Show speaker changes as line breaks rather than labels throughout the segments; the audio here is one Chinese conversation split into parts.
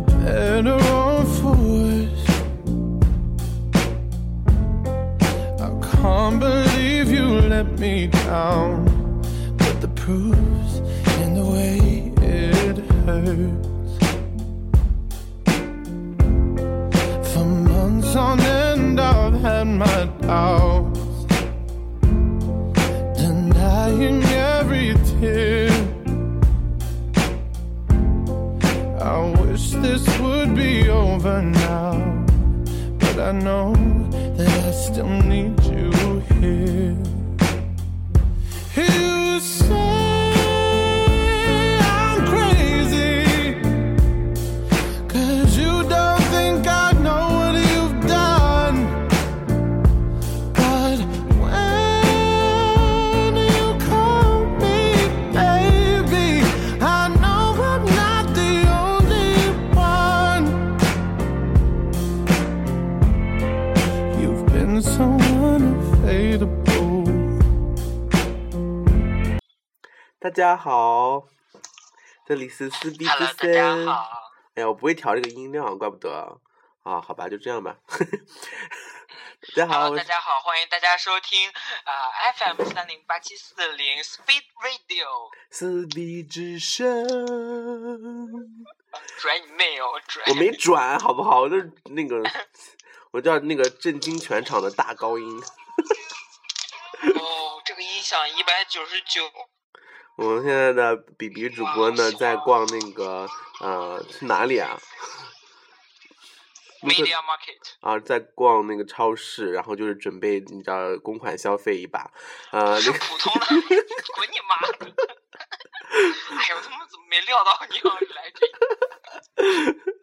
better off for worse. I can't believe you let me down. But the proof's in the way it hurts. For months on end, I've had my doubts. Denying every tear. I wish this would be over now. But I know that I still need you here. You say I'm crazy. Cause you don't think I know what you've done. But when you call me baby, I know I'm not the only one. You've been so unavailable.
大家好，这里是撕逼
Hello，大
之
家
声。
好。
哎呀，我不会调这个音量，怪不得啊。好吧，就这样吧。大家好，
Hello，
我
大
是
家好，欢迎大家收听啊、FM 三零八七四零 Speed Radio。
撕逼之声。
转你妹哦，转！
我没转，好不好？我就是那个，我叫那个震惊全场的大高音。
哦，这个音响一百九十九，
我们现在的比比主播呢，在逛那个呃，去哪里啊？是
Media Market。
啊，在逛那个超市，然后就是准备你知道公款消费一把， 呃，那
是
个
普通的，滚你妈！ 哎呦，他妈怎么没料到你要来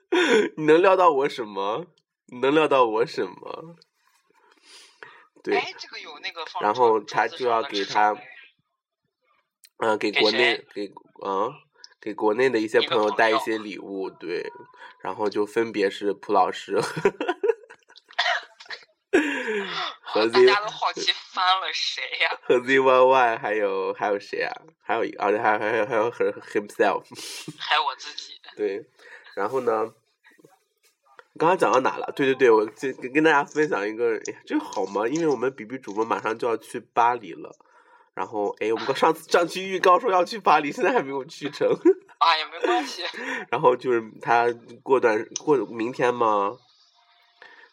这？
你 能料到我什么？你能料到我什么？对，
哎，这个有那个放。
然后他
桌子
就要
上的
给
至少
他嗯、给
给
国内
谁
给啊、给国内的一些
一个
朋友
朋
带一
友
些礼物，对，然后就分别是蒲老师 和
大
Z
家都好奇翻了谁呀、
和 ZYY，还有还有谁啊？还有一啊，还有还有还有和 himself，
还有我自己。
对，然后呢？刚刚讲到哪了？对对对，我就跟跟大家分享一个，哎呀，这个好吗？因为我们比比主播马上就要去巴黎了，然后哎，我们刚上次上期预告说要去巴黎，现在还没有去成，
哎呀，没关系，
然后就是他过段过明天吗？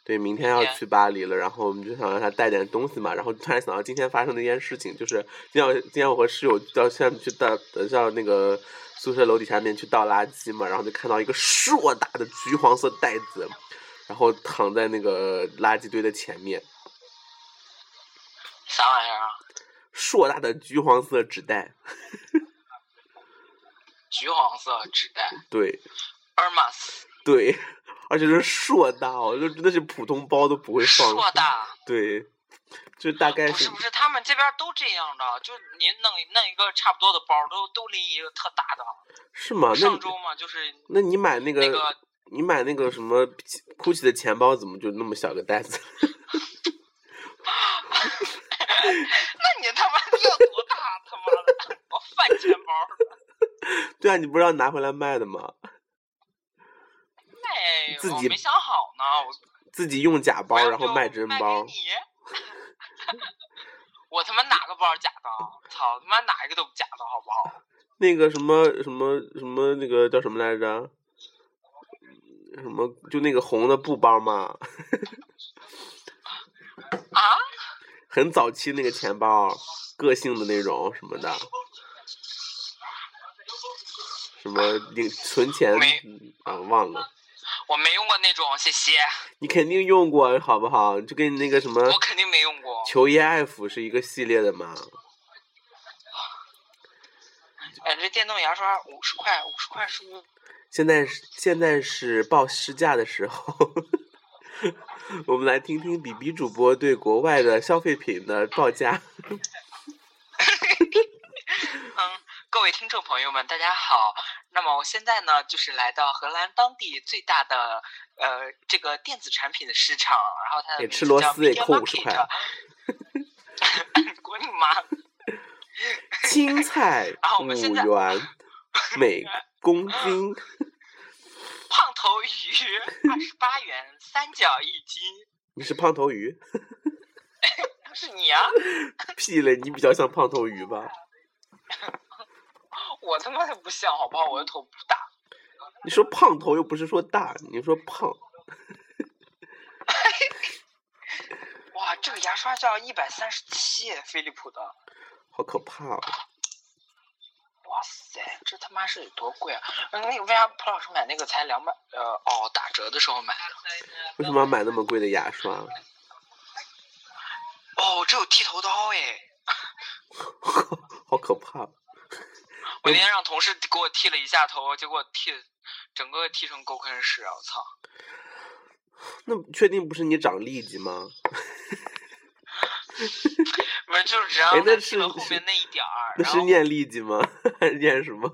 对，明天要
明天
去巴黎了，然后我们就想让他带点东西嘛，然后突然想到今天发生的一件事情，就是今天我今天我和室友到下面去倒呃到那个宿舍楼底下面去倒垃圾嘛，然后就看到一个硕大的橘黄色袋子，然后躺在那个垃圾堆的前面，
啥玩意儿啊？
硕大的橘黄色纸袋，
橘黄色纸袋
对
，Hermes，
对， 而且是硕大哦，就真的是普通包都不会放
硕
过，
大。
对，就大概
不是不是，他们这边都这样的，就你弄弄一个差不多的包，都都拎一个特大的。
是吗？啊那
上
你
周嘛，就是
那你买那个、
那个
你买那个什么 GUCCI 的钱包，怎么就那么小个袋子？
那你他妈要多大？他妈的，我饭钱包的，
对啊，你不是要拿回来卖的吗？
哎，
自
我
己
没想好呢，我
自己用假包，
我要
然
不
后卖真
卖给
包。
你 我他妈哪个包假的？操他妈哪一个都不假的，好不好？
那个什么什么什么那个叫什么来着？什么就那个红的布包嘛，
啊？
很早期那个钱包，个性的那种什么的，什么零存钱
没
啊忘了，
我没用过那种，谢谢，
你肯定用过好不好？就跟你那个什么
我肯定没用过。
球衣爱抚是一个系列的嘛，
哎，这电动牙刷五十块，五十块是不是？
现在是现在是报试驾的时候， 我们来听听比比主播对国外的消费品的报价。
嗯，各位听众朋友们，大家好。那么我现在呢，就是来到荷兰当地最大的呃这个电子产品的市场，然后它的
哎
名
吃
字
螺
叫
丝也
Media
扣50
Market
块啊
滚你妈！
青菜
然后我
五
们现在
元每公斤，
胖头头鱼二十八元，三角一斤。
你是胖头鱼？
是你啊！
屁嘞，你比较像胖头鱼吧？
我他妈才不像，好不好？我的头不大。
你说胖头又不是说大，你说胖。
哇，这个牙刷就要一百三十七，飞利浦的。
好可怕哦！
哇塞，这他妈是有多贵啊！嗯那个为啥蒲老师买那个才两百？呃，哦，打折的时候买的。
为什么要买那么贵的牙刷？
哦，这有剃头刀哎！
好可怕！哦
我那天让同事给我剃了一下头，结果剃整个剃成狗啃屎啊！我操！
那确定不是你长痢疾吗？
不是，就是只要
哎那
剃
是
了后面那一点儿，
那
然后
是念痢疾吗？还是念什么？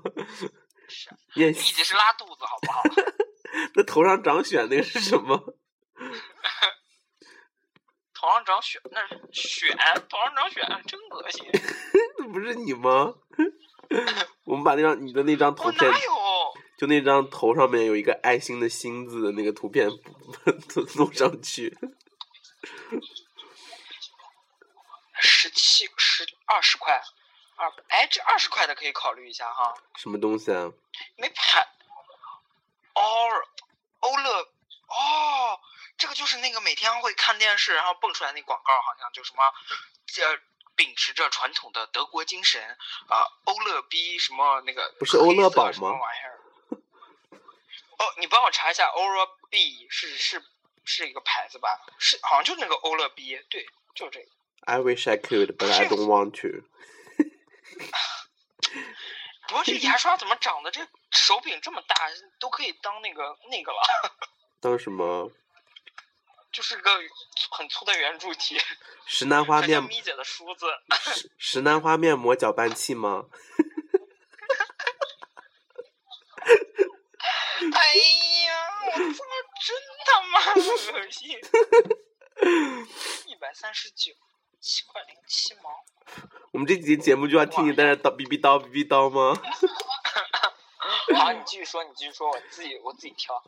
是
念
立即是拉肚子，好 不好？
那头上长癣那个是什么？
头上长癣，那是癣，头上长癣，真恶 心！
那不是你吗？ 我们把那张你的那张图
我
片，
哪有？
就那张头上面有一个爱心的心字的那个图片弄上去。
十七十二十块，二哎，这二十块的可以考虑一下哈。
什么东西啊？
没排，哦，欧乐，哦，这个就是那个每天会看电视，然后蹦出来那广告，好像就什么，这秉持着传统的德国精神啊、欧乐 B 什么那个
不是欧乐堡
黑色什么
吗
玩意儿？哦，你帮我查一下，欧乐 B 是是是一个牌子吧？是好像就那个欧乐 B，对，就这个。
I wish I could, but I don't want to。
不 过这牙刷怎么长得这手柄这么大，都可以当那个那个了。
当什么
就是个很粗的圆柱体，
石楠花
很
面
像咪姐的梳 子。
石石楠花面膜搅拌器吗？
哎呀，我操，真他妈恶心！一百三十九，七块零七毛。
我们这期节目就要听你在那叨逼逼叨逼逼叨吗？
好，你继续说，你继续说，我自己我自己挑。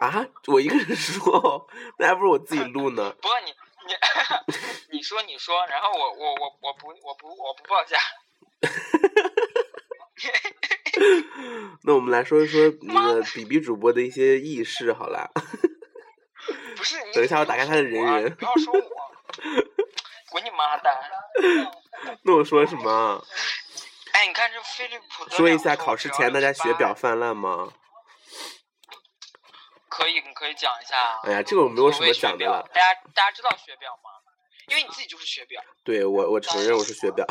啊，我一个人说，那还不如我自己录呢。
不过你你你 说你说，然后我我我我不我不我不报价。
那我们来说一说那个比比主播的一些轶事好啦。
不是你
等一下我打开他的人人
你不要说我， 滚你妈蛋！
那我说什 么？
哎，你看这飞利浦的
说一
两
下
头
考试
只要
前大家
68
学表泛滥吗？
可以，你可以讲一下啊。
哎呀，这个我没有什么讲的
所谓学
了
表。大家大家知道学表吗？因为你自己就是学表。
对我，我承认我是学 表。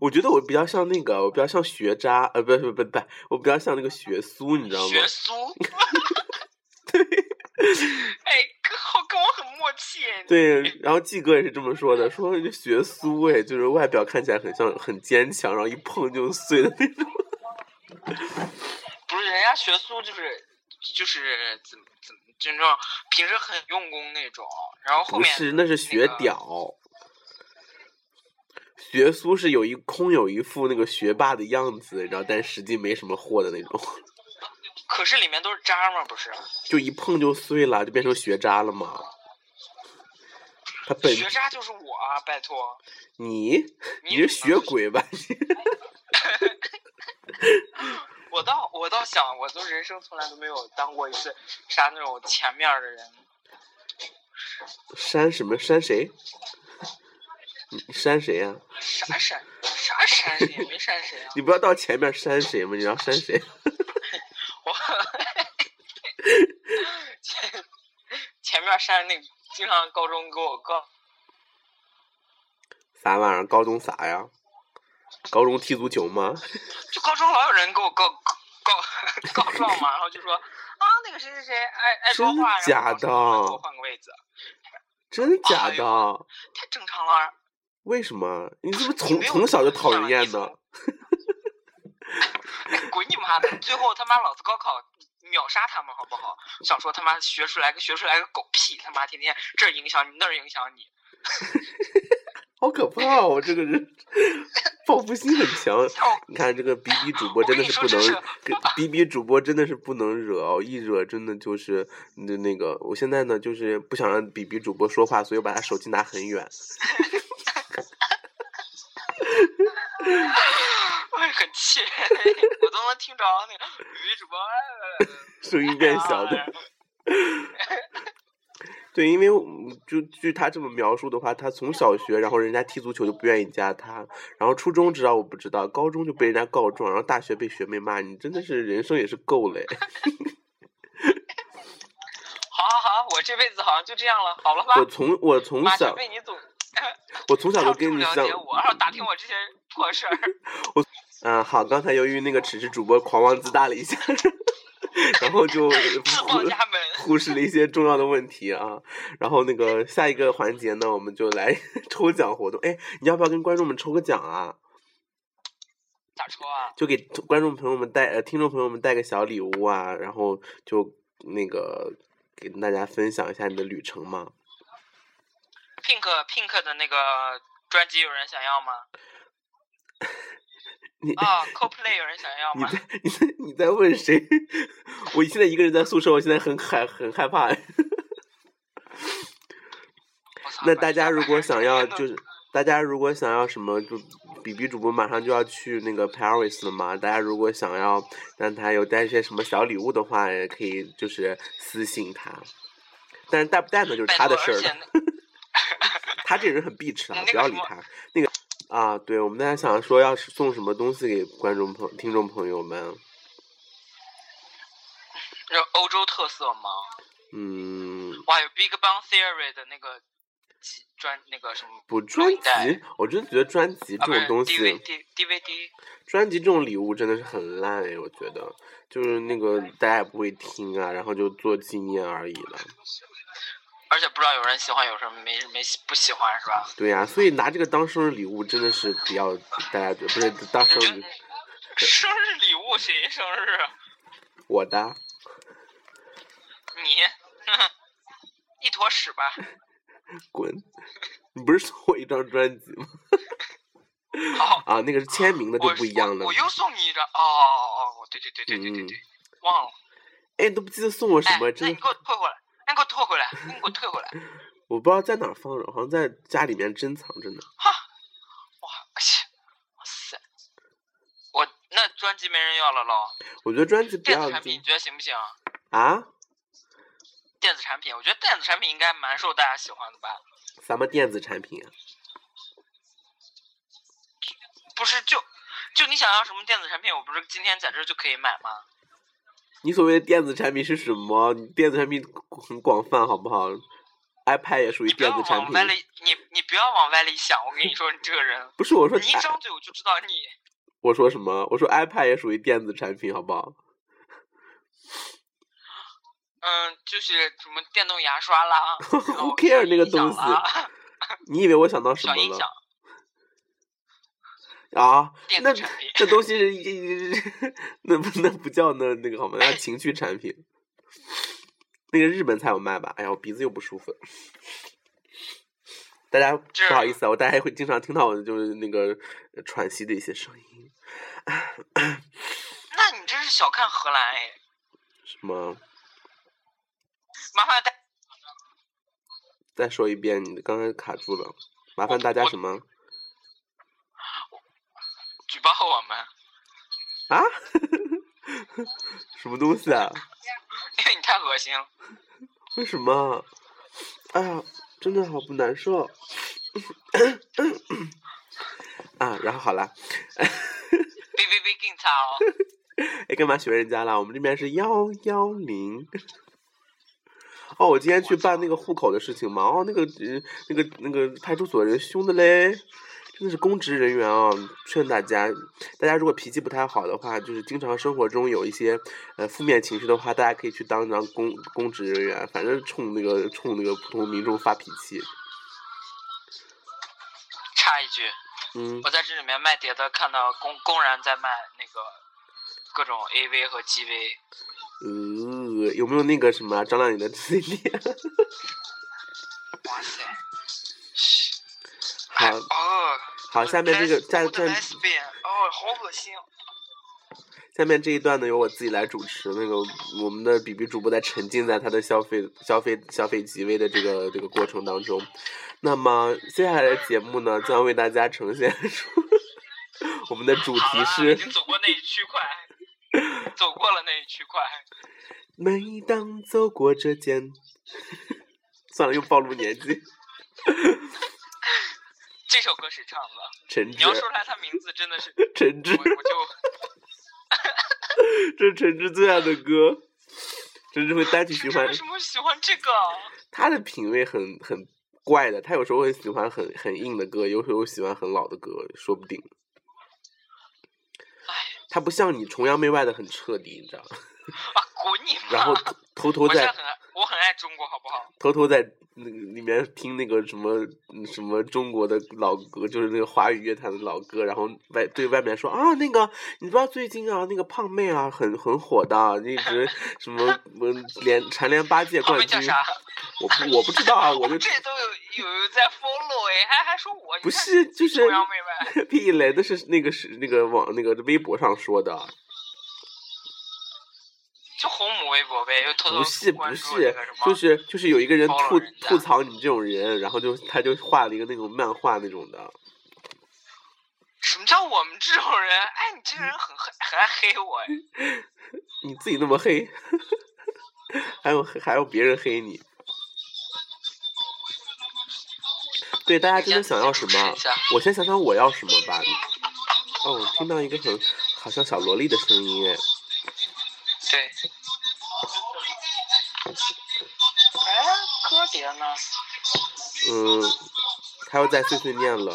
我觉得我比较像那个，我比较像学渣，呃，不不不不，我比较像那个学苏，你知道吗？
学 苏。对。 哎，跟好跟我很默契耶。你。
对，然后季哥也是这么说的，说这学苏哎，就是外表看起来很像很坚强，然后一碰就碎的那种。
不是人家学苏就是就是怎么怎么就那种平时很用功那种，然后后
不
面
是，那是学
个
屌。学苏是有一空有一副那个学霸的样子，然后但实际没什么货的那种，
可是里面都是渣嘛，不是？啊
就一碰就碎了，就变成学渣了嘛。他本
学渣就是我啊，拜托。
你你
你
是
怎么
学鬼吧？
我倒我倒想，我都人生从来都没有当过一次啥那种前面的人，
删什么删谁？你删谁呀、！
啥删啥删谁也没删谁啊
你不要到前面删谁吗？你要删谁？
我前前面删那个经常高中给我告
啥玩意儿？高中啥呀？高中踢足球吗？
就高中老有人给我告告告状嘛，然后就说啊那个谁谁谁爱爱说
真的
话，
假
然后告诉我
的
给我换个位置，
真的假的？
太正常了。
为什么？你是不是 从
你没有
从小就讨人厌
从小
呢
就？ 哎滚你妈的！最后他妈老子高考秒杀他们好不好？想说他妈学 出来个学出来个狗屁，他妈天天这儿影响你那儿影响你，
好好可怕哦！这个 人报复心很强。
哦，
你看这 个 B B 主播真的是不能
我跟你说
，B B 主播真的是不能惹哦，一惹真的就是那那个。我现在呢，就是不想让 B B 主播说话，所以我把他手机拿很远。
我也哎很气 人，我都能听着那个女主播哎
声音变小的。对，因为我就据他这么描述的话，他从小学，然后人家踢足球就不愿意加他，然后初中知道我不知道，高中就被人家告状，然后大学被学妹骂，你真的是人生也是够了诶。
好好好，我这辈子好像就这样了，好了吧？
我从我从
马上
小，
被你总
我从小
到
就
处
跟你
了
像
解，我，然后打听我这些破事 儿。
嗯，好，刚才由于那个只是主播狂妄自大了一下， 然后就
自报家门。
忽视了一些重要的问题啊。然后那个下一个环节呢，我们就来 抽奖活动。哎，你要不要跟观众们抽个奖啊？
咋抽啊？
就给观众朋友们带呃听众朋友们带个小礼物啊，然后就那个给大家分享一下你的旅程嘛。
Pink Pink 的那个专辑有人想要吗？
你
啊，CoPlay 有人想要
你
吗？
在你在你在问谁？ 我现在一个人在宿舍，我现在很害很害怕。
我操
那
把
大家
这
如
把
果
人
想
全
要
都
就是。大家如果想要什么，就比比主播马上就要去那个 Paris 了嘛。大家如果想要让他有带一些什么小礼物的话，也可以就是私信他。但是带不带呢，就是
拜
他的
托
事儿
而
了
且。那
他这人很 bitch 啊
那，个
不要
什
理
么
他。那个啊，对，我们大家想说要是送什么东西给观众朋听众朋友们，
这欧洲特色吗？
嗯，
哇，有 Big Bang Theory 的那个集专那个什么
不专
带
辑，我真的觉得专辑这
啊，不是
种东西，
DVD DVD
专辑这种礼物真的是很烂哎，我觉得就是那个大家也不会听啊，然后就做纪念而已了。
而且不知道有人喜欢，有人没没喜不喜欢是吧？
对呀、所以拿这个当生日礼物真的是比较大家觉得不是当生
你觉
日
得生日礼物谁生日啊？
我的，
你， 一坨屎吧！
滚！你不是送我一张专辑吗？
好，
啊， 那个是签名的就
我
不一样了。
我我又送你一张哦哦哦，对对对对对对对，忘了。
哎，都不记得送我什
哎
么，，
那
真
你
的
给我退回来，那你给我退回来，那你给我退回来。哎
我不知道在哪儿放着，好像在家里面珍藏着呢。
哇，哎呀哇塞，我那专辑没人要了喽。
我觉得专辑不
电
要
子产品你觉得行不行啊？
啊，
电子产品，我觉得电子产品应该蛮受大家喜欢的吧？
什么电子产品啊？
不是就。就你想要什么电子产品，我不是今天在这儿就可以买吗？
你所谓的电子产品是什么？你电子产品很广泛，好不好？iPad 也属于
你不要
电子产
往歪
品。
里，你你不要往歪里想。我跟你说，你这个 人，
不是我说
你一
哎
张嘴我就知道你
我说什么？我说 iPad 也属于电子产品，好不好？
嗯，就是什么电动牙刷 啦
Who care 那个东西 你以为我想到什
呃小
么
音响
了、啊？
电
那
子产品。
这东西是 那不那不叫那那个好吗？那情趣产品，那个日本才有卖吧？哎呀，我鼻子又不舒服了。大家
这
不好意思啊，我大家会经常听到我就是那个喘息的一些声音，
那你真是小看荷兰哎！
什么？
麻烦大
再说一遍，你刚才卡住了，麻烦大家什么
举报我们，
啊？ 什么东西啊？
因为你太恶心。了。
为什么？哎呀，真的好不难受。 啊，然后好了，
别别别，给你擦哦！
哎，干嘛学人家啦？我们这边是幺幺零。哦，我今天去办那个户口的事情嘛，哦，那个呃那个那个派出所人凶的嘞，真的是公职人员啊、劝大家，大家如果脾气不太好的话，就是经常生活中有一些呃负面情绪的话，大家可以去当当公公职人员，反正冲那个冲那个普通民众发脾气，
插一句，
嗯
我在这里面卖碟的，看到公公然在卖那个各种 AV 和 GV，
呃，有没有那个什么张靓颖的 CD？
哇塞！还
好
哦，
好，下面这个下
下
下
哦，好恶心哦。
下面这一段呢，由我自己来主持。那个我们的比比主播在沉浸在他的消费、消费、消费即位的这个这个过程当中。那么接下来的节目呢，将为大家呈现出 我们的主
好
题
啦已
是：
经走过那一区块，走过了那一区块。
每当走过这间， 算了，又暴露年纪。
这首歌谁唱的？
陈
你
志，
要说出来他名字，真的是
陈
我
志，
我就
这是陈志最爱的歌。陈志会单曲
这
循
这
环
为，什么喜欢这个？
他的品味很很怪的，他有时候会喜欢很很硬的歌，有时候喜欢很老的歌，说不定。
哎，
他不像你崇洋媚外的很彻底，你知道吗？
啊，滚你妈！
然 后偷偷
我现在
在
很爱，我很爱中国，好不好？
偷偷在那个里面听那个什么嗯什么中国的老歌，就是那个华语乐坛的老歌，然后外对外面说啊，那个你知道最近啊那个胖妹啊很很火的，一 直什么嗯连蝉联八届
旁
冠
边
军
叫，啥？
我不我不知道啊，我就
这都有有在 follow 哎，还还说我
不是 就是
崇洋媚外。
屁嘞，那是那个是那个网那个微博上说的，
就红母微博呗，又偷偷
不是
关
不
注那
是
个什，
就
么。
是就是有一个人
骚扰
吐
人家
吐槽你们这种人，然后就他就画了一个那种漫画那种的，
什么叫我们这种人？哎，你这个人很很很爱黑我哎。
你自己那么黑， 还有还有别人黑你。对，大家真的想要什么？我先想想我要什么吧。哦，我听到一个很好像小萝莉的声音哎，
对。哎，歌碟呢？
嗯，他又在碎碎念了。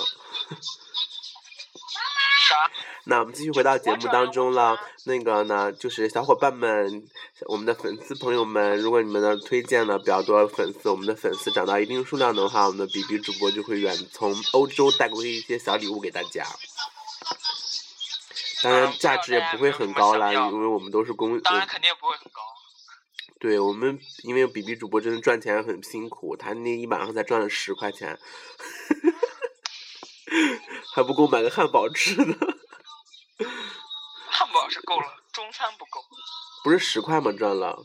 啥？
那我们继续回到节目当中了。那个呢，就是小伙伴们，我们的粉丝朋友们，如果你们呢推荐了比较多粉丝，我们的粉丝涨到一定数量的话，我们的 B B 主播就会远从欧洲带过去一些小礼物给大家。当然，价值也不会很高啦，因为我们都是公，
当然肯定也不会很高。
对我们，因为 B B 主播真的赚钱很辛苦，他那一晚上才赚了十块钱， 还不够买个汉堡吃呢。
汉堡是够了，中餐不够。
不是十块吗？赚了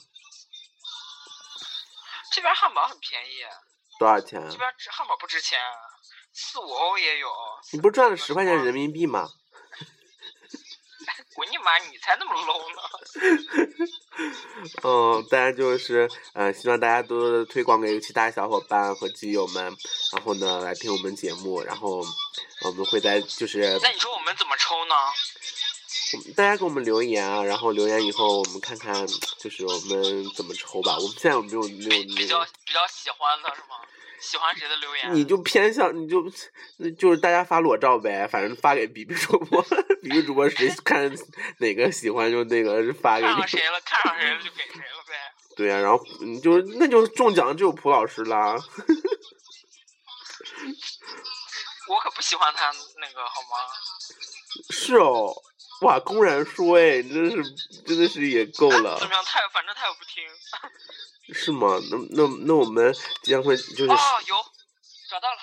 这边汉堡很便宜，
多少钱啊？
这边只汉堡不值钱，四五欧也有。
你不是赚了十块钱人民币吗？
滚你妈！你才那么 low 呢。
嗯，当然就是，呃，希望大家多多的推广给其他小伙伴和基友们，然后呢来听我们节目，然后我们会在就是
那你说我们怎么抽呢？
大家给我们留言啊，然后留言以后我们看看就是我们怎么抽吧。我们现在有没有没有
比比
那
较
个？
比较喜欢的是吗？喜欢谁的留言？
你就偏向你就就是大家发裸照呗，反正发给比比主播， 比比主播谁看哪个喜欢就那个发给
看
你
上。谁了，看上谁了就给谁了呗。
对呀、然后嗯，就是那就中奖的只有蒲老师啦。
我可不喜欢他那个好吗？
是哦，哇，公然说哎，你真是真的是也够了
啊怎，么样？他也反正他也不听。
是吗？那那那我们将会就是
哦，有找到了，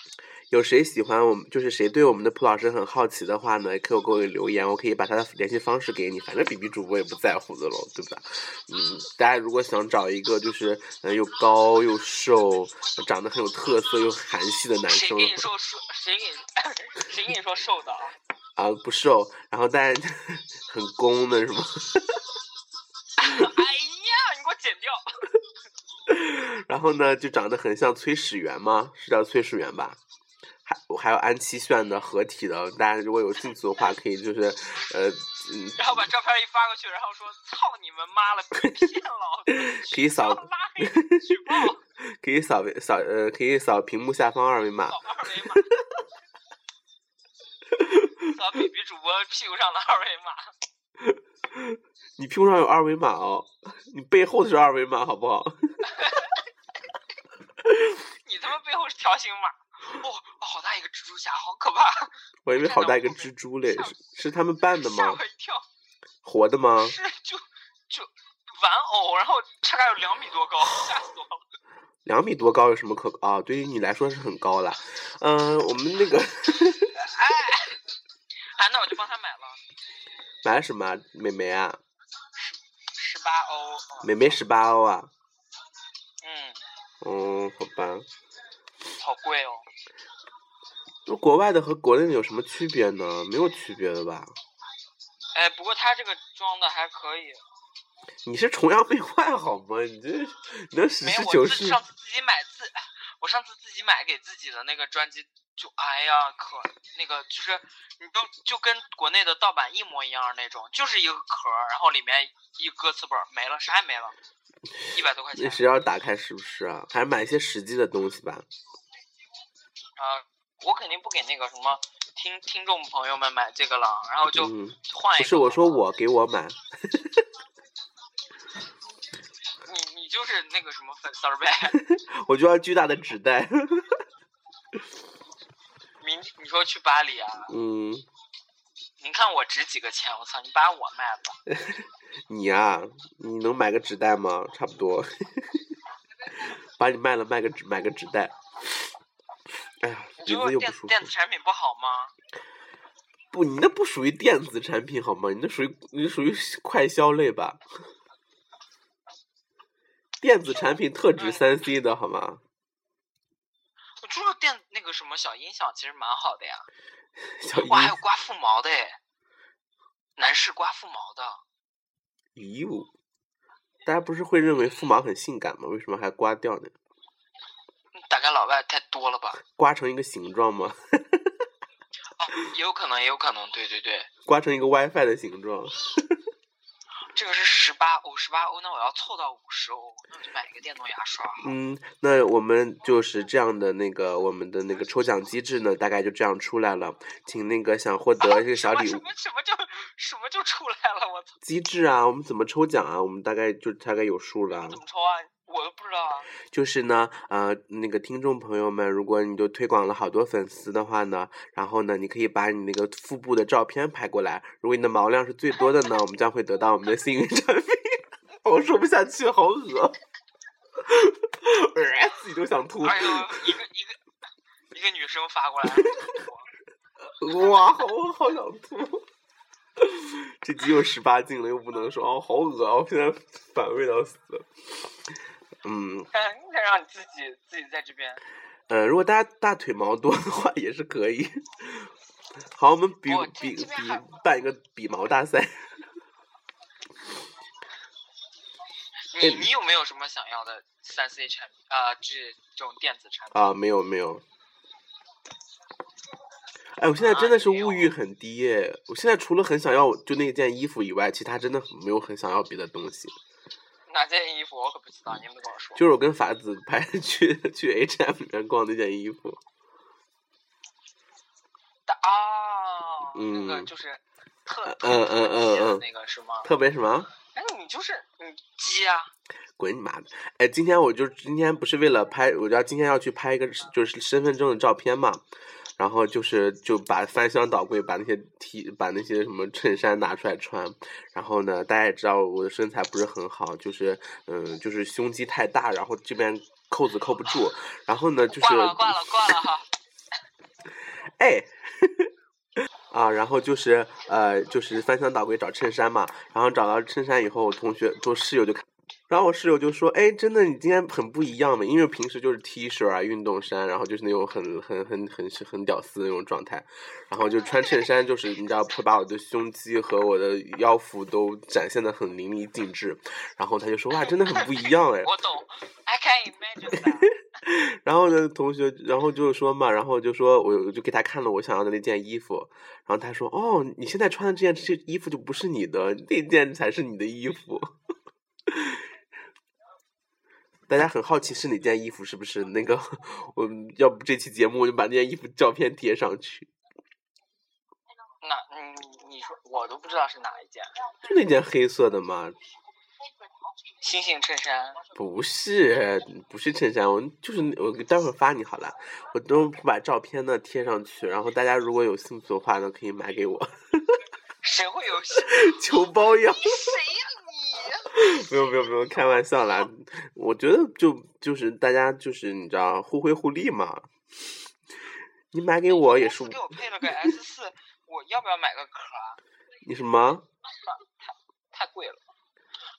有谁喜欢我们，就是谁对我们的蒲老师很好奇的话呢，可以给我留言，我可以把他的联系方式给你，反正比比主播也不在乎的喽，对吧？嗯，大家如果想找一个就是嗯又高又瘦，长得很有特色又韩系的男
谁
生
跟
的
你说瘦？谁给你 谁跟你说瘦的啊？
啊不瘦，然后但 很攻的是吗？
哎呀，你给我剪掉！
然后呢，就长得很像崔始源吗？是叫崔始源吧？还我还有安七炫的合体的，大家如果有兴趣的话，可以就是呃嗯，
然后把照片一发过去，然后说：“操你们妈了，被骗了！”
可 以
然
扫
后拉黑举报，
可以扫扫呃可以扫屏幕下方二维码
扫，二维码，扫 B B 主播屁股上的二维码。
你屁股上有二维码哦， 你背后是二维码好不好？
你他妈背后是条形码，哇、哦，好大一个蜘蛛侠，好可怕！
我以为好大一个蜘蛛嘞，是是他们扮的
吓
吗
我？一跳。
活的吗？
是就就玩偶，然后大概有两米多高，吓死我了！
两米多高有什么可啊？对于你来说是很高了。嗯、我们那个
哎，哎，那我就帮他买了，
买了什么啊？美眉啊，
十八欧。
美眉十八欧啊。
嗯，
嗯，好吧。
好贵哦。
那国外的和国内的有什么区别呢？没有区别的吧？
哎，不过他这个装的还可以，
你是崇洋媚外好吗？你这你能实
没有
事
我
求
自
是。
上次自己买自，我上次自己买给自己的那个专辑，就哎呀可那个就是你都就跟国内的盗版一模一样那种，就是一个壳儿，然后里面一歌词本儿没了，啥也没了，一百多块
那
钱
谁要打开是不是啊？还是买一些实际的东西吧。
啊、我肯定不给那个什么听听众朋友们买这个了，然后就
嗯
换
不
一个。
是我说我给我买，
你你就是那个什么粉丝儿呗，
我就要巨大的纸袋。
明你说去巴黎啊？
嗯，
您看我值几个钱？我操，你把我卖了。
你呀、你能买个纸袋吗？差不多， 把你卖了，卖个纸，买个纸袋。哎呀，
你
鼻
觉
子
得我
又不
电
舒服。
电子产品不好吗？
不，你那不属于电子产品好吗？你那属于你属于快消类吧？电子产品特指
嗯
三 C 的好吗？
我就说电那个什么小音响其实蛮好的呀，
小
哇，还有
衣
刮腹毛的哎，男士刮腹毛的，
衣服，大家不是会认为腹毛很性感吗？为什么还刮掉呢？
嗯大概老外太多了吧？
刮成一个形状吗？
哦，也有可能，也有可能，对对对，
刮成一个 WiFi 的形状？
这个是十八欧，十八欧，那我要凑到五十欧，那我就买一个电动牙刷。
嗯，那我们就是这样的那个我们的那个抽奖机制呢，大概就这样出来了。请那个想获得这个小
什么
礼
什
物
么什么就什么就出来了，我操，
机制啊，我们怎么抽奖啊？我们大概就大概有数了啊。
怎么抽啊？我都不知道啊。
就是呢，呃，那个听众朋友们，如果你就推广了好多粉丝的话呢，然后呢，你可以把你那个腹部的照片拍过来。如果你的毛量是最多的呢，我们将会得到我们的幸运产品。 我说不下去，好恶， 自己都想吐。
哎呦，一个一个一个女生发 过来，我
哇，好，我好想吐。 这集又十八禁了，又不能说，哦，好恶啊！我现在反胃到死。嗯，
哎那让你自己自己在这边。
呃，如果大家大腿毛多的话，也是可以。好，我们比
哦这
比
这
比
边还
办一个比毛大赛。
你
哎
你有没有什么想要的三 C 产品啊？这这种电子产品？
啊，没有没有。哎，我现在真的是
啊
物欲很低耶！我现在除了很想要就那件衣服以外，其他真的很没有很想要别的东西。
哪件衣服我可不知道，你们跟我说。
就是我跟法子拍 去去 H&M 里面逛那件衣服，
大啊，那个
嗯
就是特特
嗯嗯嗯嗯
那个是吗？
特别什么？
哎，你就是你鸡啊！
滚你妈的！哎，今天我就今天不是为了拍，我要今天要去拍一个就是身份证的照片嘛，然后就是就把翻箱倒柜，把那些 T 把那些什么衬衫拿出来穿，然后呢，大家也知道我的身材不是很好，就是嗯，就是胸肌太大，然后这边扣子扣不住，然后呢就是
挂了挂了挂了哈！
哎，啊，然后就是呃，就是翻箱倒柜找衬衫嘛，然后找到衬衫以后，我同学都室友就看，然后我室友就说，哎，真的你今天很不一样嘛，因为平时就是 T 恤啊、运动衫，然后就是那种很很很很很屌丝的那种状态，然后就穿衬衫，就是你知道会把我的胸肌和我的腰腹都展现的很淋漓尽致，然后他就说，哇，真的很不一样哎，
我懂，I can imagine that。
然后呢，同学，然后就说嘛，然后就说我我就给他看了我想要的那件衣服，然后他说：“哦，你现在穿的这件这衣服就不是你的，那件才是你的衣服。”大家很好奇是哪件衣服，是不是？那个，我要不这期节目我就把那件衣服照片贴上去，
那你你说我都不知道是哪一件
就那件黑色的嘛，
星星衬衫，
不是，不是衬衫，我就是我待会儿发你好了，我都把照片呢贴上去，然后大家如果有兴趣的话呢，可以买给我，
谁会有谁
求包养。
呀你？
不用不用不用，开玩笑啦。我觉得就就是大家就是你知道互惠互利嘛。你买给我也是
公司，给我配了个 S 四，我要不要买个壳啊？
你什么？
太贵了。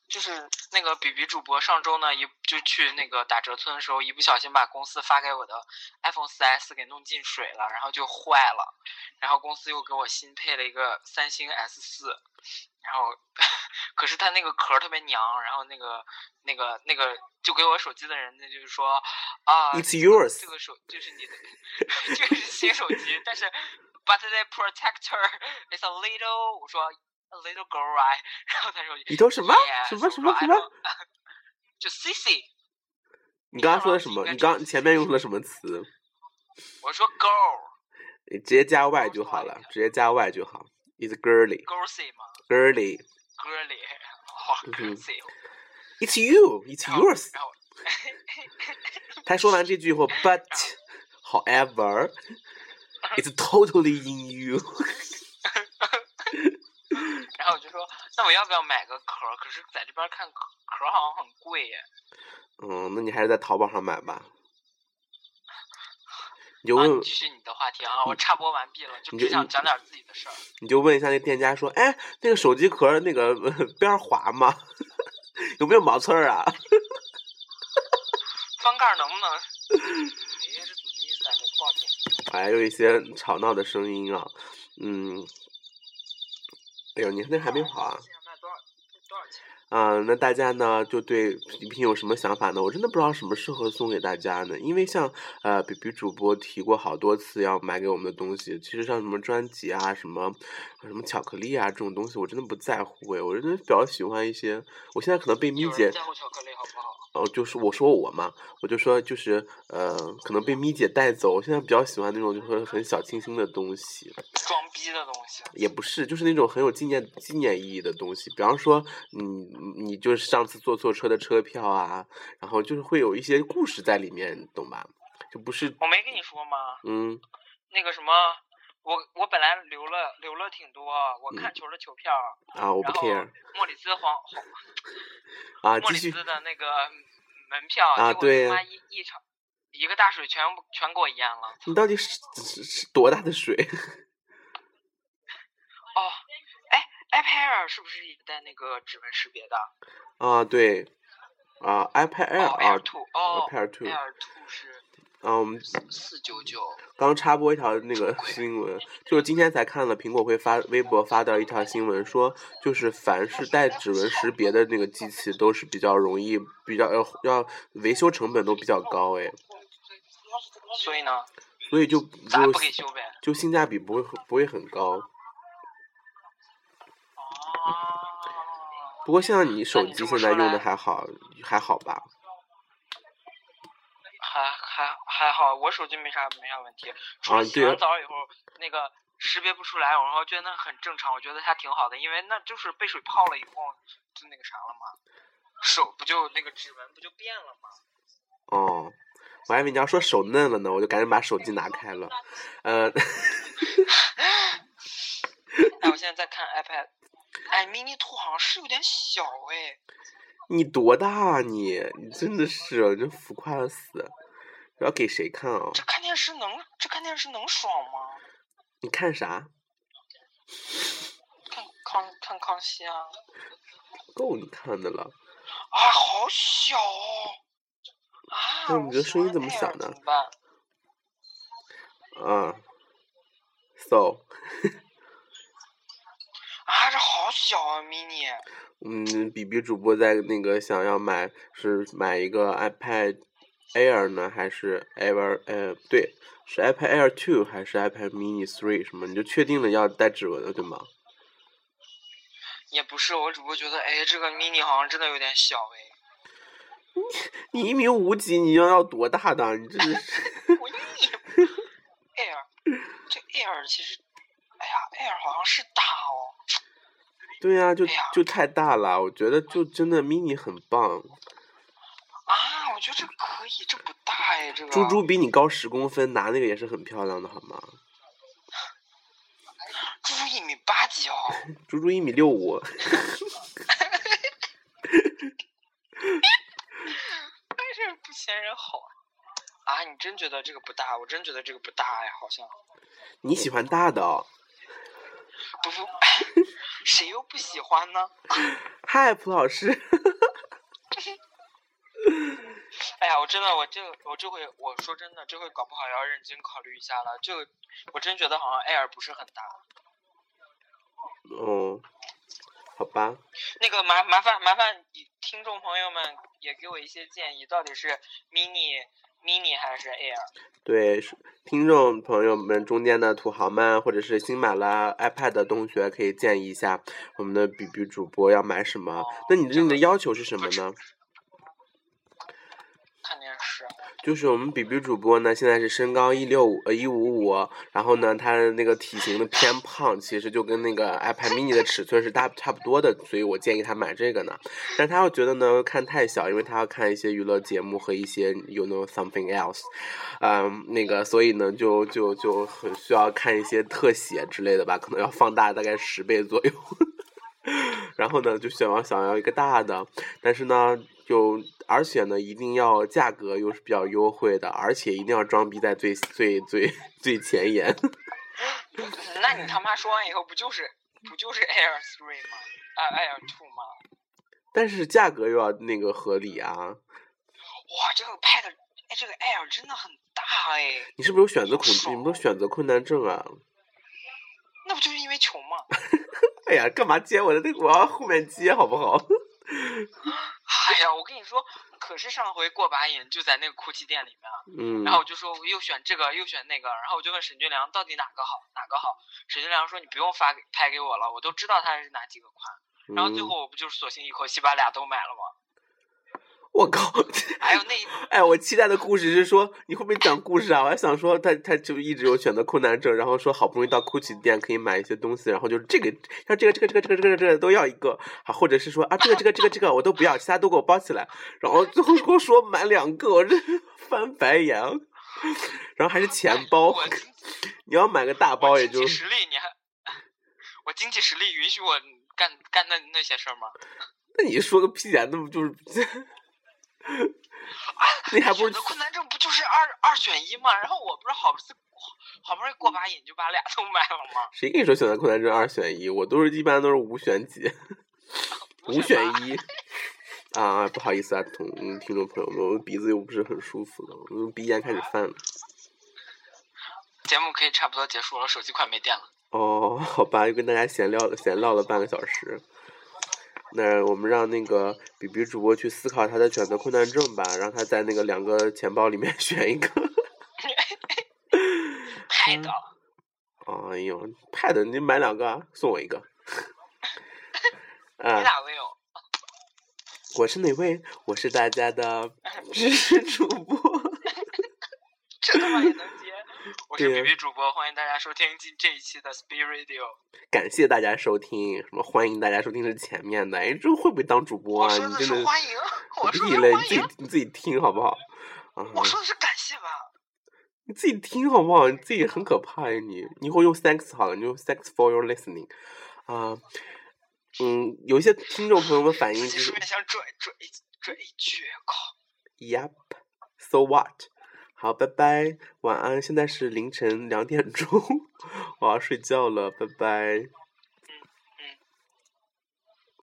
就是那个比比主播上周呢，一就去那个打折村的时候，一不小心把公司发给我的 iPhone 4S 给弄进水了，然后就坏了，然后公司又给我新配了一个三星 S 四，然后 可是它那个壳特别娘，然后那个那个那个就给我手机的人，那就是说啊
It's yours
这个手就是你的， 这个是新手机，但是 but the protector is a little，我说 a little girl I，然 后他说
你都什么
"Yes，
什么
我
什么
说
什
I
么
don't- 就 CC，
你刚刚说的什么？你刚你前面用的什么词？
我说 girl
你直接加 y 就好了，直接加 y 就好。It's girly,
girl C 嘛
girly.
，girly，哇
嗯哼
，girl C，
It's you, it's
然后
yours.
然后
他说完这句以后，But, however, it's totally in you.
然后我就说，那我要不要买个壳儿？可是在这边看壳壳儿好像很贵耶。
嗯，那你还是在淘宝上买吧。你就
啊，
问
你，继续你的话题啊，我插播完毕了，就
嗯你就
只想讲点自己的事儿。
你就问一下那店家说，哎，那个手机壳儿那个呃边儿滑吗？ 有没有毛刺儿啊？
翻盖儿能不 能？哎呀，这怎么一直在给我报警？
还哎有一些吵闹的声音啊，嗯，哎呦，你那还没好啊？
现在卖多少？多少钱？
啊、那大家呢就对礼品有什么想法呢？我真的不知道什么适合送给大家呢，因为像呃比比主播提过好多次要买给我们的东西，其实像什么专辑啊、什么什么巧克力啊这种东西，我真的不在乎诶，我真的比较喜欢一些。我现在可能被咪
有
姐
人在乎巧克力好不好？
哦，就是我说我嘛，我就说就是呃，可能被咪姐带走。我现在比较喜欢那种就是很小清新的东西，
装逼的东西。
也不是，就是那种很有纪念纪念意义的东西。比方说，你你就是上次坐错车的车票啊，然后就是会有一些故事在里面，你懂吧？就不是
我没跟你说吗？
嗯
那个什么，我我本来留了留了挺多，我看球的球票，
啊，嗯我不
然后
care
莫里斯黄黄
啊，
莫
继
里
续
斯的那个门票，
啊
结果
对
他妈一一场一个大水全部全给我淹了。
你到底是是是多大的水？
哦，哎，iPad Air 是不是也带那个指纹识别的？
啊，对啊，iPad
哦，Air
Air
2
啊
哦
，iPad Two
，Air Two 是
啊，我们
四九九。
刚插播一条那个新闻，就是今天才看了苹果会发微博发到一条新闻，说就是凡是带指纹识别的那个机器都是比较容易，比较要要维修成本都比较高哎，
所以呢，
所以就
咋
就
啊不给修呗？
就性价比不会很不会很高。
哦，
不过现在你手
那你
机
这么
现在
说
用的
来
还好还好吧？
还还还好，我手机没啥没啥问题，除
啊
了洗
对
完澡以后、那个识别不出来，然后觉得那很正常，我觉得它挺好的，因为那就是被水泡了以后就那个啥了嘛，手不就那个指纹不就变了 吗？
哦，我还以为你要说手嫩了呢，我就赶紧把手机拿开了。呃，
哎，我现在在看 iPad，哎，mini two 好像是有点小哎，
你多大啊你？你真的是，你真浮夸的死！要给谁看啊、
这看电视能这看电视能爽吗？
你看啥？
看康看康熙啊，
够你看的了。
啊，好小哦，啊，
那
我
你的
喜
声音
欢
怎么
Air
小呢
怎么办？
啊，so，
啊，这好小啊，mini。
嗯，比比主播在那个想要买是买一个 iPad Air 呢，还是 Air 呃对，是 iPad Air Two 还是 iPad Mini Three 什么？你就确定了要带指纹了对吗？
也不是，我只不过觉得，哎，这个 mini 好像真的有点小哎。
你一米五几，你要要多大的？啊你这是
我腻 air，这 air 其实，哎呀，air 好像是大哦。
对呀、就
哎呀
就太大了。我觉得就真的 Mini 很棒，
啊，我觉得这个可以，这不大哎，这个。
猪猪比你高十公分，拿那个也是很漂亮的好吗？
猪 猪一米八几哦，
猪猪一米六五，
天人好啊！啊，你真觉得这个不大？我真觉得这个不大哎，好像
你喜欢大的哦？
不 不，谁又不喜欢呢？
嗨，蒲老师，
哎呀，我真的，我这我这回我说真的，这回搞不好要认真考虑一下了。这个我真觉得好像 air 不是很大。
哦，好吧，
那个麻麻烦麻烦你听众朋友们也给我一些建议，到底是 mini mini 还是 air？
对，是听众朋友们中间的土豪们，或者是新买了 iPad 的同学，可以建议一下我们的 B B 主播要买什么。那你对你的要求是什么呢？
看电视，
就是我们 B B 主播呢，现在是身高一六五呃一五五，然后呢，他的那个体型的偏胖，其实就跟那个 iPad mini 的尺寸是大差不多的，所以我建议他买这个呢。但他又觉得呢看太小，因为他要看一些娱乐节目和一些 you know something else，嗯，那个所以呢就就就很需要看一些特写之类的吧，可能要放大大概十倍左右。然后呢，就想要想要一个大的，但是呢，就而且呢，一定要价格又是比较优惠的，而且一定要装逼在最最最 最前沿。
那你他妈说完以后不就是不就是 air three 吗？啊 air two 吗？
但是价格又要那个合理啊！
哇，这个 pad 哎，这个 air 真的很大哎，
你是不是有选择恐惧？你不是有选择困难症啊？
那不就是因为穷吗？
哎呀，干嘛接我的那个？我要后面接好不好？
哎呀，我跟你说，可是上回过把瘾就在那个哭泣店里面，
嗯
然，后我就说我又选这个又选那个，然后我就问沈俊良到底哪个好哪个好，沈俊良说你不用发给拍给我了，我都知道它是哪几个款，然后最
嗯
后我不就是索性一口气把俩都买了吗？
我靠！
还有那一
哎，我期待的故事是说你会不会讲故事啊？我还想说他他就一直有选择困难症，然后说好不容易到 GUCCI 店可以买一些东西，然后就是这个要这个这个这个这个这个这个都要一个，啊，或者是说啊这个这个这个这个我都不要，其他都给我包起来，然后最后跟我说买两个，我这翻白眼，然后还是钱包
哎我，
你要买个大包
我
也
经
就
济实力你还我经济实力允许我干干那那些事儿吗？
那你说个屁呀、那不就是 你还不
啊选
如
择困难症不就是二二选一吗？然后我不是好不思好不容易过把瘾就把俩都买了吗？
谁跟你说选择困难症二选一？我都是一般都是五选几。五选
一。
一。啊，不好意思啊，同嗯听众朋友们，我鼻子又不是很舒服了，我鼻炎开始犯了。
节目可以差不多结束了，手机快没电了。
哦，好吧，又跟大家闲聊了，闲唠了半个小时。那我们让那个比比主播去思考他的选择困难症吧，让他在那个两个钱包里面 选一个。嗯
拍到了，
哎呦，pad 你买两个啊送我一个。
你
啊，
俩没有？
我是哪位？我是大家的 知识主播。
这他妈也能接？我是
对
比
呀
比主播，欢迎大家收听今这一期的 Speed Radio。
感谢大家收听，什么欢迎大家收听是前面的，哎，这会不会当主播
我
啊？
说
你
的
真
是
的
欢迎，我说
地
的
雷，
是
你
欢
自己
迎，
你自己听好不好？啊，
我说的是感谢吧。
你自己听好不好？你自己很可怕呀、你你以后用 thanks 好了，你用 thanks for your listening，啊，嗯，有一些听众朋友们反映就
自己
是
顺便想转转一转一句，靠！
，Yep，so what？好，拜 拜，晚安。现在是凌晨两点钟，我要睡觉了，拜拜。